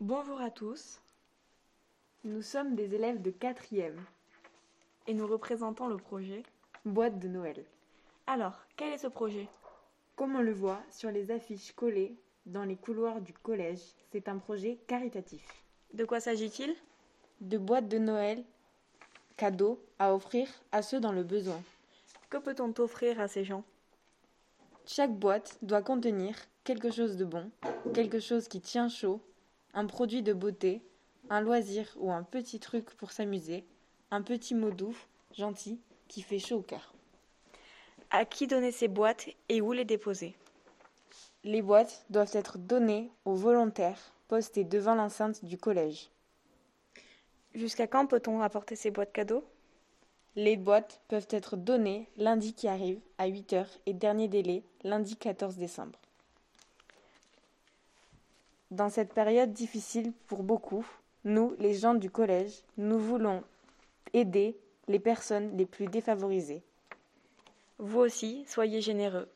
Bonjour à tous. Nous sommes des élèves de 4e et nous représentons le projet Boîte de Noël. Alors, quel est ce projet Comme on le voit sur les affiches collées dans les couloirs du collège, c'est un projet caritatif. De quoi s'agit-il De boîtes de Noël, cadeaux à offrir à ceux dans le besoin. Que peut-on offrir à ces gens Chaque boîte doit contenir quelque chose de bon, quelque chose qui tient chaud, un produit de beauté, un loisir ou un petit truc pour s'amuser, un petit mot doux, gentil, qui fait chaud au cœur. À qui donner ces boîtes et où les déposer Les boîtes doivent être données aux volontaires postés devant l'enceinte du collège. Jusqu'à quand peut-on apporter ces boîtes cadeaux Les boîtes peuvent être données lundi qui arrive à 8h et dernier délai lundi 14 décembre. Dans cette période difficile pour beaucoup, nous, les gens du collège, nous voulons aider les personnes les plus défavorisées. Vous aussi, soyez généreux.